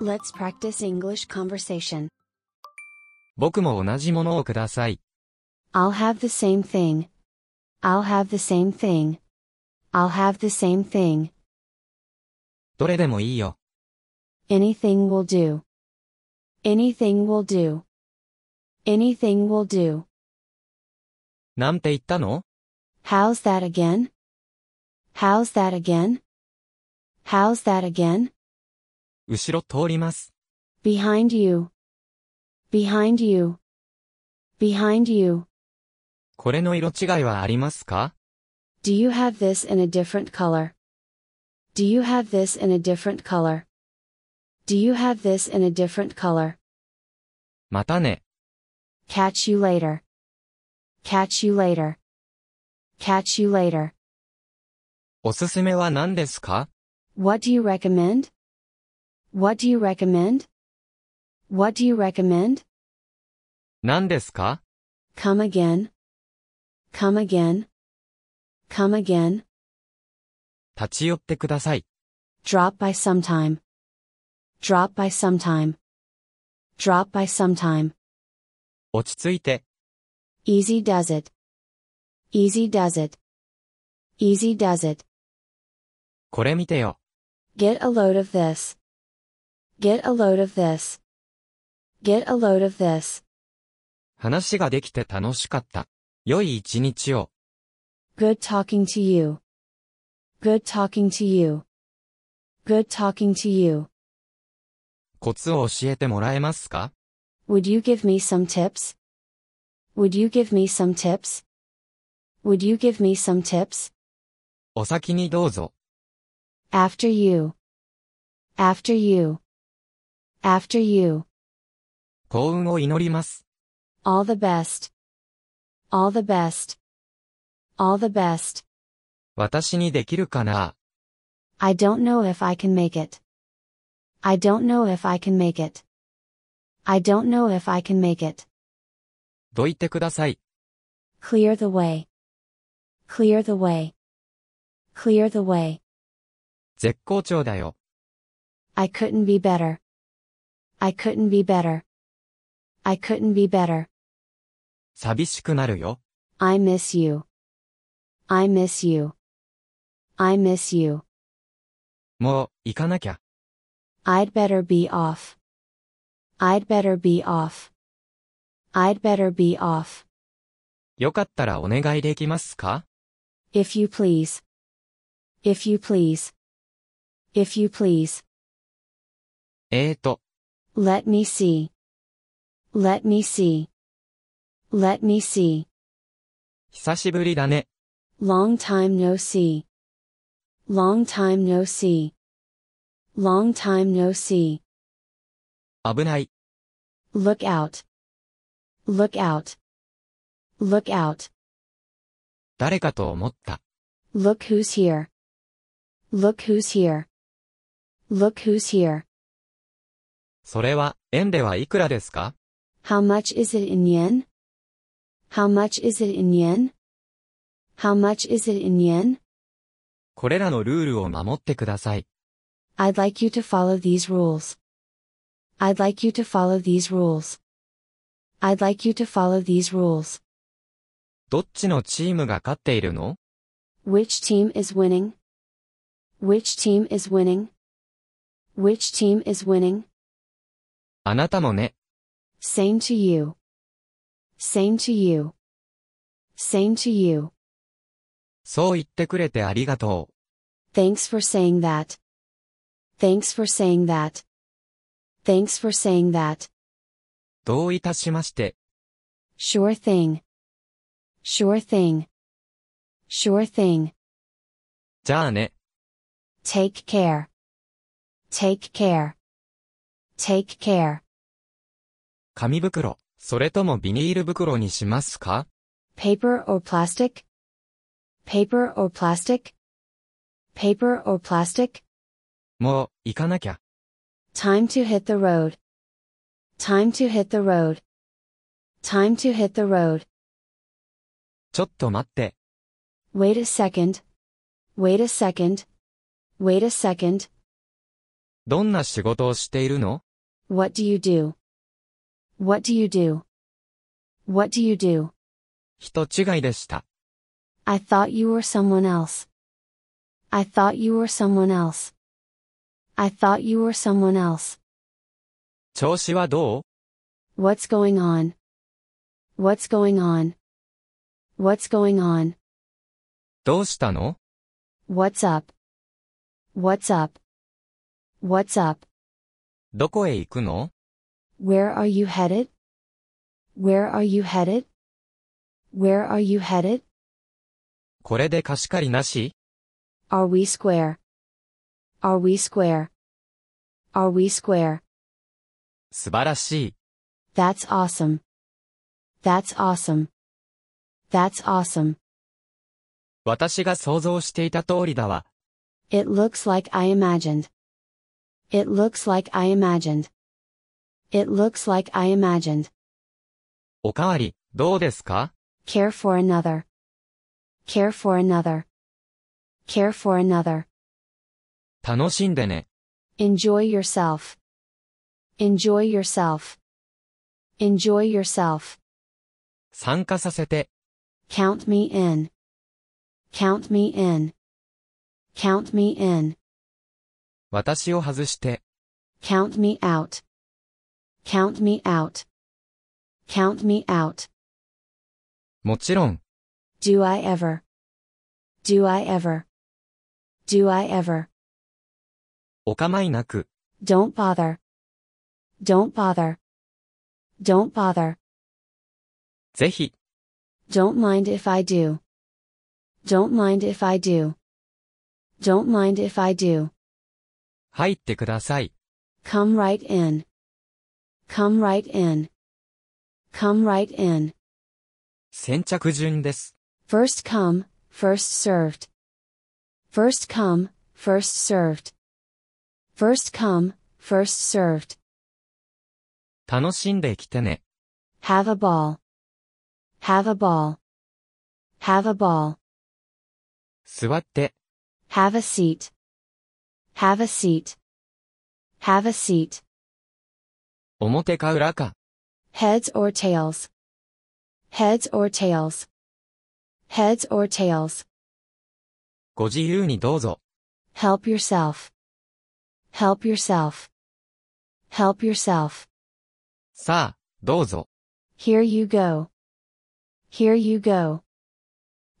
Let's practice English conversation. 僕も同じものをください。 I'll have the same thing. I'll have the same thing. I'll have the same thing. どれでもいいよ。 Anything will do. Anything will do. Anything will do. なんて言ったの How's that again? How's that again? How's that again? 後ろ通ります。 Behind you. Behind you. Behind you. これの色違いはありますか Do you have this in a different color? Do you have this in a different color? Do you have this in a different color? またね。 Catch you later. Catch you later. Catch you later. おすすめは何ですか What do you recommend? What do you recommend? What do you recommend? 何ですか Come again. Come again. Come again. 立ち寄ってください。 Drop by sometime. Drop by sometime. Drop by sometime. 落ち着いて。 Easy does it. Easy does it. Easy does it. これ見てよ。 Get a load of this. Get a load of this. Get a load of this. 話ができて楽しかった。良い一日を。 Good talking to you. Good talking to you. Good talking to you. コツを教えてもらえますか Would you give me some tips? Would you give me some tips? Would you give me some tips? お先にどうぞ。 After you. After you. After you. 幸運を祈ります。 All the best. All the best. All the best. 私にできるかな I don't know if I can make it. I don't know if I can make it. I don't know if I can make it. どいてください。 Clear the way. Clear the way. Clear the way. 絶好調だよ。 I couldn't be better. I couldn't be better. I couldn't be better. 寂しくなるよ。 I miss you. I miss you. I miss you. もう、行かなきゃ。 I'd better be off. I'd better be off. I'd better be off. よかったらお願いできますか If you please. If you please. If you please. えーと、 Let me see. Let me see. Let me see. 久しぶりだね。 Long time no see. Long time no see. Long time no see. 危ない。 Look out. Look out. Look out. 誰かと思った。 Look who's here. Look who's here. Look who's here. それは、円ではいくらですか How much is it in yen? How much is it in yen? How much is it in yen? これらのルールを守ってください。 I'd like you to follow these rules. I'd like you to follow these rules. I'd like you to follow these rules. どっちのチームが勝っているの Which team is winning? Which team is winning? Which team is winning? あなたもね。 Same to you. Same to you. Same to you. そう言ってくれてありがとう。 Thanks for saying that. Thanks for saying that. Thanks for saying that. どういたしまして。 Sure thing. Sure thing. Sure thing. じゃあね。 Take care. Take care. Take care. 紙袋、それともビニール袋にしますか Paper or plastic? Paper or plastic? Paper or plastic? もう、行かなきゃ。 Time to hit the road. Time to hit the road. Time to hit the road. ちょっと待って。 Wait a second. Wait a second. Wait a second. どんな仕事をしているの What do you do? What do you do? What do you do? 人違いでした。 I thought you were someone else. I thought you were someone else. I thought you were someone else. 調子はどう What's going on? What's going on? What's going on? どうしたの What's up? What's up? What's up? どこへ行くの Where are you headed? Where are you headed? Where are you headed? これで貸し借りなし Are we square? Are we square? Are we square? 素晴らしい。 That's awesome. That's awesome. That's awesome. 私が想像していた通りだわ。 It looks like I imagined. It looks like I imagined. It looks like I imagined. おかわり、どうですか Care for another. Care for another. Care for another. 楽しんでね。 Enjoy yourself. Enjoy yourself. Enjoy yourself. 参加させて。 Count me in. Count me in. Count me in. 私を外して。 Count me out. Count me out. Count me out. もちろん、 Do I ever? Do I ever? Do I ever? お構いなく。 Don't bother. Don't bother. Don't bother. ぜひ、 Don't mind if I do. Don't mind if I do. Don't mind if I do. 入ってください。 Come right in. Come right in. Come right in. 先着順です。 First come, first served. First come, first served. First come, first served. 楽しんできてね。 Have a ball. Have a ball. Have a ball. 座って、 Have a seat. Have a seat. Have a seat. 表か裏か。 Heads or tails. Heads or tails. Heads or tails. ご自由にどうぞ。 Help yourself. Help yourself. Help yourself. さあ、どうぞ。 Here you go. Here you go.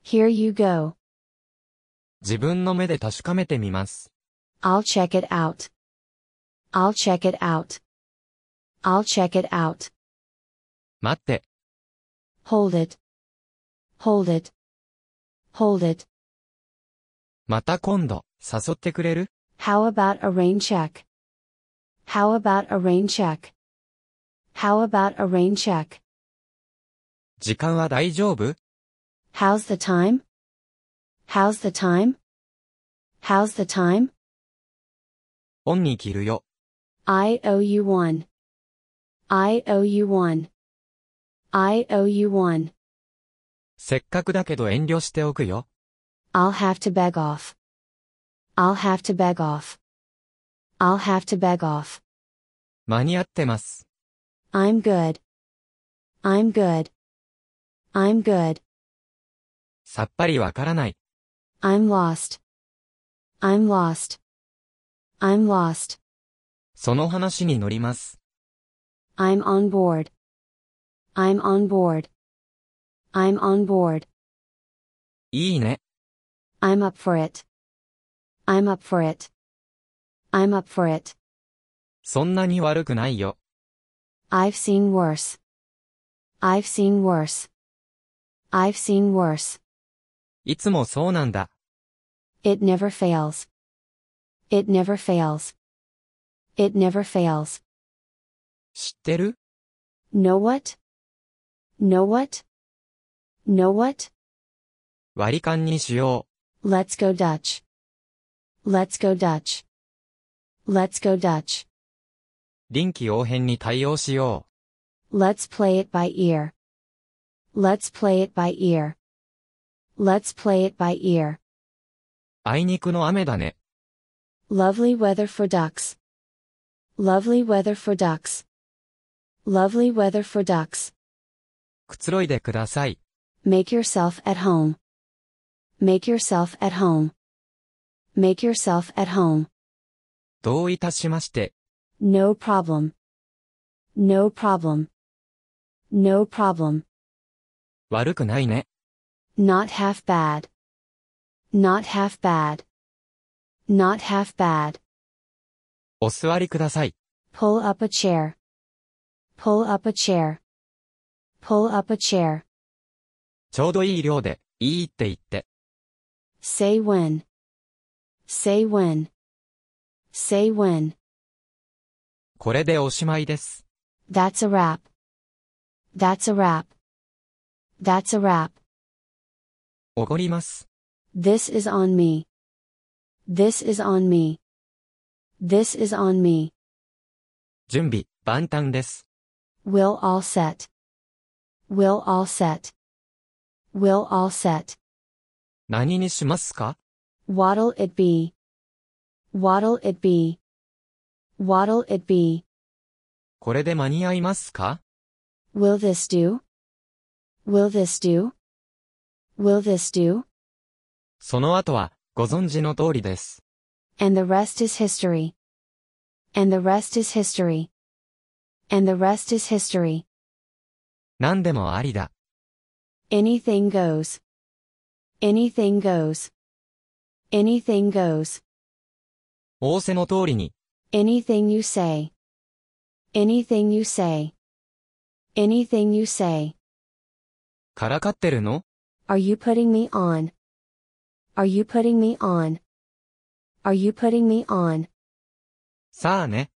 Here you go. 自分の目で確かめてみます。 I'll check it out. I'll check it out. I'll check it out. 待って、 Hold it. Hold it. Hold it. また今度、誘ってくれる How about a rain check? How about a rain check? How about a rain check? 時間は大丈夫 How's the time? How's the time? How's the time? オンに着るよ。 I owe you one. I owe you one. I owe you one. せっかくだけど遠慮しておくよ。 I'll have to beg off. I'll have to beg off. I'll have to beg off. 間に合ってます。 I'm good. I'm good. I'm good. さっぱりわからない。 I'm lost. I'm lost. I'm lost. その話に乗ります。 I'm on board. I'm on board. I'm on board. いいね。 I'm up for it. I'm up for it. I'm up for it. そんなに悪くないよ。 I've seen worse. I've seen worse. I've seen worse. いつもそうなんだ。 It never fails. It never fails. It never fails. 知ってる Know what? Know what? Know what? 割り勘にしよ Let's go Dutch. Let's go Dutch. Let's go Dutch. う。臨機応変に対応しよ Let's play it by ear. Let's play it by ear. Let's play it by ear. う。あいにくの雨だね。 Lovely weather for ducks. Lovely weather for ducks. Lovely weather for ducks. くつろいでください。 Make yourself at home. Make yourself at home. Make yourself at home. どういたしまして、 No problem. No problem. No problem. 悪くないね。 Not half bad. Not half bad. Not half bad. お座りください。 Pull up a chair. Pull up a chair. Pull up a chair. ちょうどいい量で、いいって言って。 Say when. Say when. Say when. これでおしまいです。 That's a wrap. That's a wrap. That's a wrap. おごります。 This is on me. This is on me. This is on me. 準備、万端です。 Will all set. Will all set. Will all set. 何にしますか Waddle it be. Waddle it be. Waddle it be. これで間に合いますか Will this do? Will this do? Will this do? その後は、ご存知の通りです。 And the rest is history. And the rest is history. And the rest is history. 何でもありだ。 Anything goes. Anything goes. Anything goes. 仰せの通りに、 Anything you say. Anything you say. Anything you say. からかってるの Are you putting me on? Are you putting me on? Are you putting me on? さあね。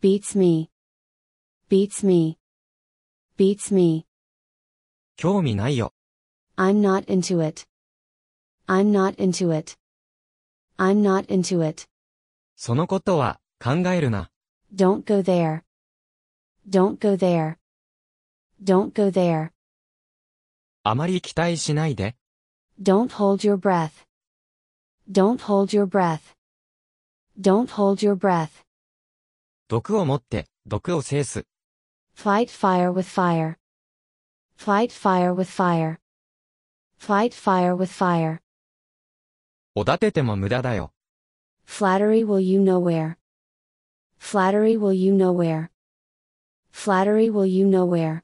Beats me. Beats me. Beats me. 興味ないよ。 I'm not into it. I'm not into it. I'm not into it. そのことは、考えるな。 Don't go there. Don't go there. Don't go there. あまり期待しないで。 Don't hold your breath. Don't hold your breath. Don't hold your breath. 毒を持って、毒を制す。 Fight fire with fire. Fight fire with fire. Fight fire with fire. おだてても無駄だよ。 Flattery will you nowhere. Flattery will you nowhere. Flattery will you nowhere.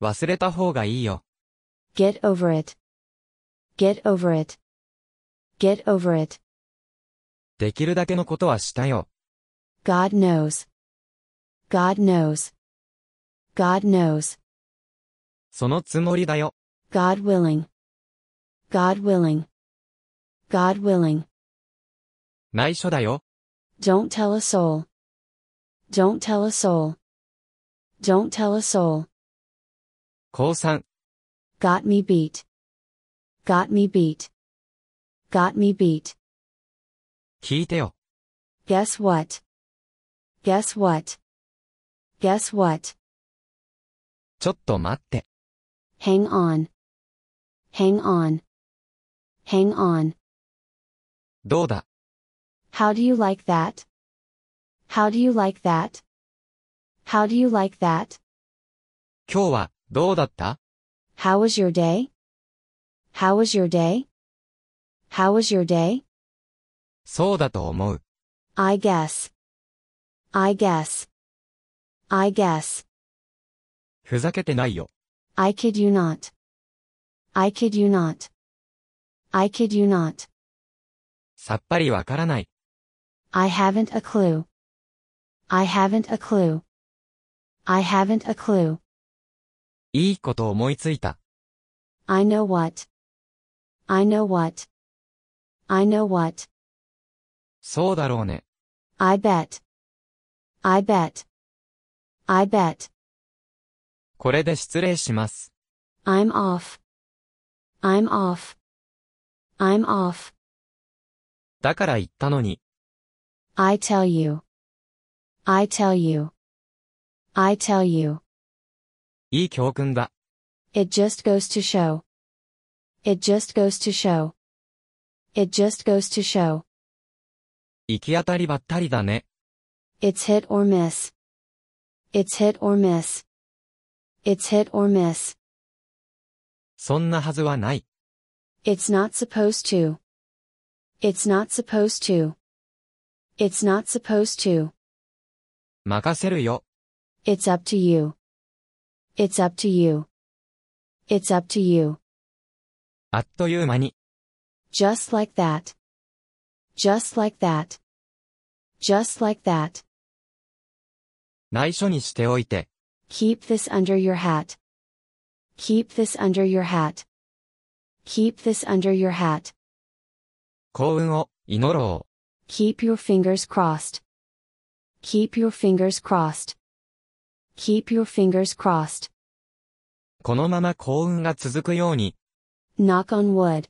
忘れた方がいいよ。 Get over it. Get over it. Get over it. できるだけのことはしたよ。 God knows. God knows. God knows. そのつもりだよ。 God willing. God willing. God willing. 内緒だよ。 Don't tell a soul. Don't tell a soul. Don't tell a soul. 降参。 Got me beat. Got me beat. Got me beat. 聞いてよ。 Guess what? Guess what? Guess what? ちょっと待って。 Hang on. Hang on. Hang on. どうだ How do you like that? How do you like that? How do you like that? 今日は、どうだった How was your day? How was your day? How was your day? そうだと思う。 I guess. I guess. I guess. ふざけてないよ。 I kid you not. I kid you not. I kid you not. さっぱりわからない。 I haven't a clue. I haven't a clue. I haven't a clue. いいこと思いついた。 I know what. I know what. I know what. そうだろうね。 I bet. I bet. I bet. これで失礼します。 I'm off. I'm off. I'm off. だから言ったのに、 I tell you. I tell you. I tell you. いい教訓だ。 It just goes to show. It just goes to show. It just goes to show. 行き当たりばったりだね。 It's hit or miss. It's hit or miss. It's hit or miss. そんなはずはない。 It's not supposed to. It's not supposed to. It's not supposed to. 任せるよ。 It's up to you. It's up to you. It's up to you. あっという間に。 Just like that. Just like that. Just like that. 内緒にしておいて。 Keep this under your hat. Keep this under your hat. Keep this under your hat. 幸運を、祈ろ Keep your fingers crossed. Keep your fingers crossed. Keep your fingers crossed. う。このまま幸運が続くように、 Knock on wood.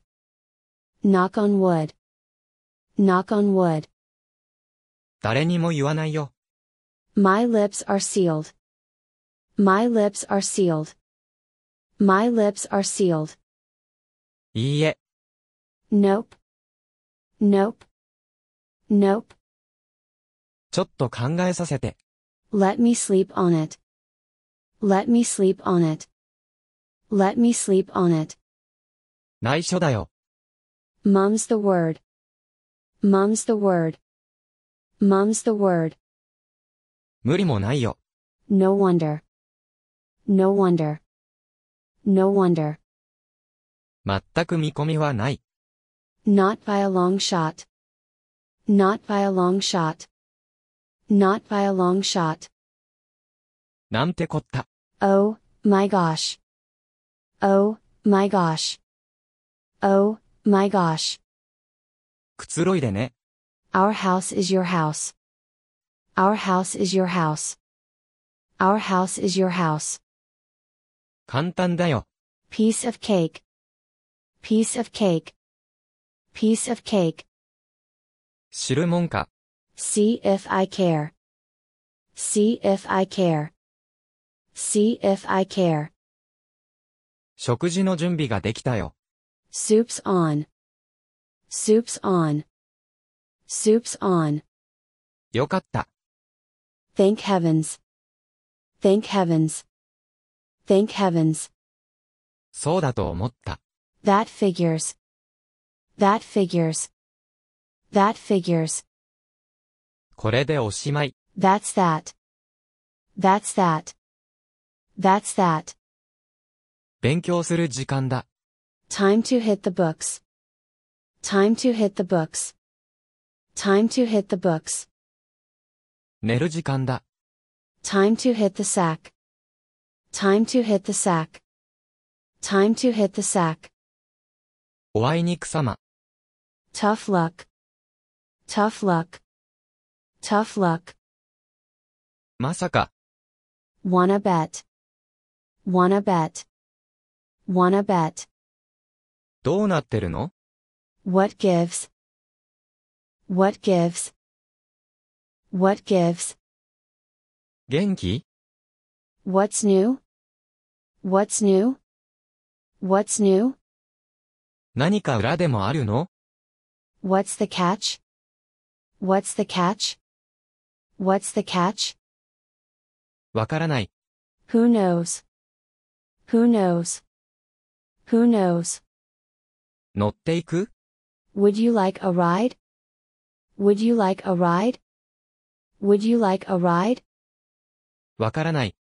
Knock on wood. Knock on wood. 誰にも言わないよ。 My lips are sealed. My lips are sealed. My lips are sealed. いいえ、 Nope. Nope. Nope. ちょっと考えさせて。 Let me sleep on it. Let me sleep on it. Let me sleep on it. 内緒だよ。 Mum's the word. Mum's the word. Mum's the word. 無理もないよ。 No wonder. No wonder. No wonder. 全く見込みはない。 Not by a long shot. Not by a long shot. Not by a long shot. なんてこった。 Oh, my gosh. Oh, my gosh. Oh, my gosh. くつろいでね。 Our house is your house. Our house is your house. Our house is your house. 簡単だよ。 Piece of cake. Piece of cake. Piece of cake. 知るもんか。 See if I care. See if I care. See if I care. 食事の準備ができたよ。 Soup's on. Soup's on. Soup's on. よかった。 Thank heavens. Thank heavens. Thank heavens. そうだと思った。 That figures. That figures. That figures. これでおしまい。 That's that. That's that. That's that. 勉強する時間だ。 Time to hit the books. Time to hit the books. Time to hit the books. 寝る時間だ。 Time to hit the sack. Time to hit the sack. Time to hit the sack. お会いにくさま。 Tough luck. Tough luck. Tough luck. まさか、 Wanna bet. Wanna bet. Wanna bet. どうなってるの What gives? What gives? What gives? 元気 What's new? What's new? What's new? 何か裏でもあるの What's the catch? What's the catch? What's the catch? わからない。 Who knows? Who knows? Who knows? 乗っていく Would you like a ride? Would you like a ride? Would you like a ride? わからない。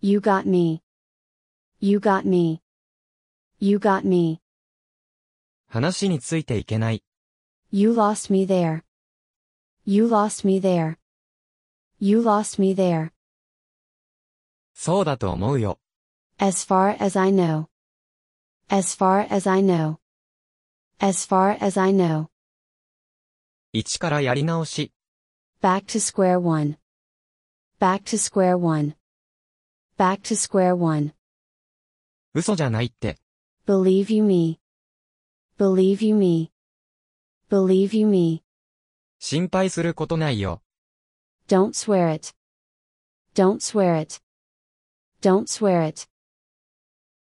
You got me. You got me. You got me. 話についていけない。 You lost me there. You lost me there. You lost me there. そうだと思うよ。 As far as I know. As far as I know. As far as I know. 一からやり直し。 Back to square one. Back to square one. Back to square one. 嘘じゃないって。 Believe you me. Believe you me. Believe you me. 心配することないよ。 Don't swear it. Don't swear it. Don't swear it.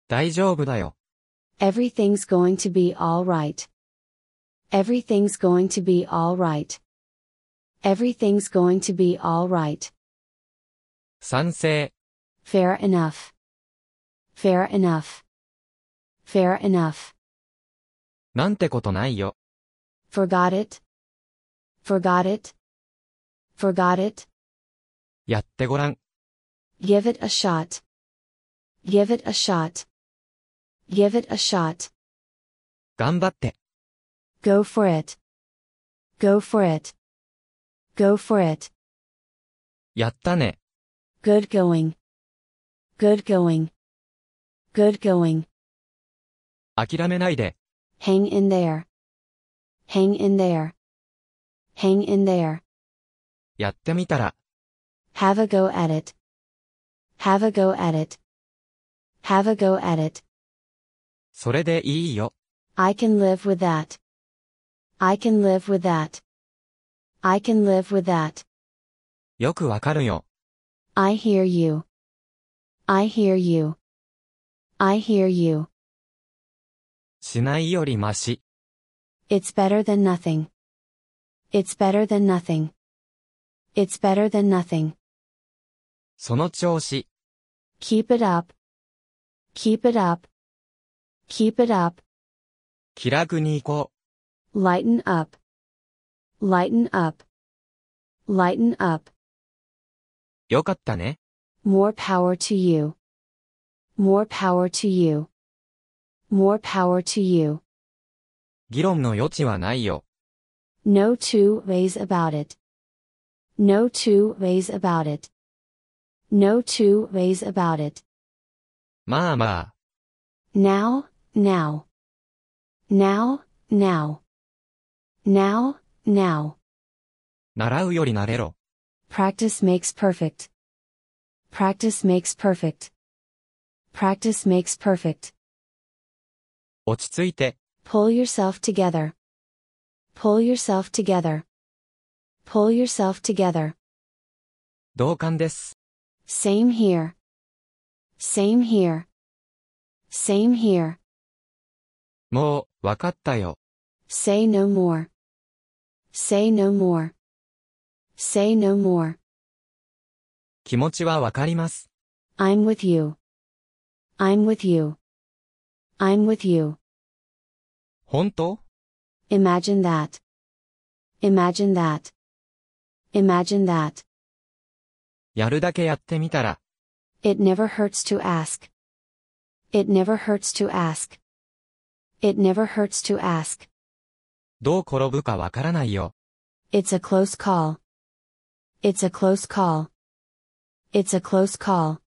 大丈夫だよ。 Everything's going to be all right. Everything's going to be all right. Everything's going to be alright. 賛成、 Fair enough. Fair enough. Fair enough. なんてことないよ。 Forgot it. Forgot it. Forgot it. やってごらん。 Give it a shot. Give it a shot. Give it a shot. 頑張って。 Go for it. Go for it. Go for it. やったね。 Good going. Good going. Good going. 諦めないで。 Hang in there. Hang in there. Hang in there. やってみたら、 Have a go at it. Have a go at it. Have a go at it. それでいいよ。 I can live with that. I can live with that. I can live with that. よくわかるよ。 I hear you. I hear you. I hear you. しないよりマシ。 It's better than nothing. It's better than nothing. It's better than nothing. その調子。 Keep it up. Keep it up. Keep it up. 気楽に行こ Lighten up. Lighten up. Lighten up. う。よかったね。 More power to you. More power to you. More power to you. 議論の余地はないよ。 No two ways about it. No two ways about it. No two ways about it. まあまあ。 Now, now. Now, now. Now, now. 習うより慣れろ。 Practice makes perfect. Practice makes perfect. Practice makes perfect. 落ち着いて。 Pull yourself together. Pull yourself together. Pull yourself together. 同感です。 Same here. Same here. Same here. もう、わかったよ。 Say no more. Say no more. Say no more. 気持ちはわかります。 I'm with you. I'm with you. I'm with you. 本当 Imagine that. Imagine that. Imagine that. やるだけやってみたら、 It never hurts to ask. It never hurts to ask. It never hurts to ask. どう転ぶかわからないよ。 It's a close call. It's a close call. It's a close call.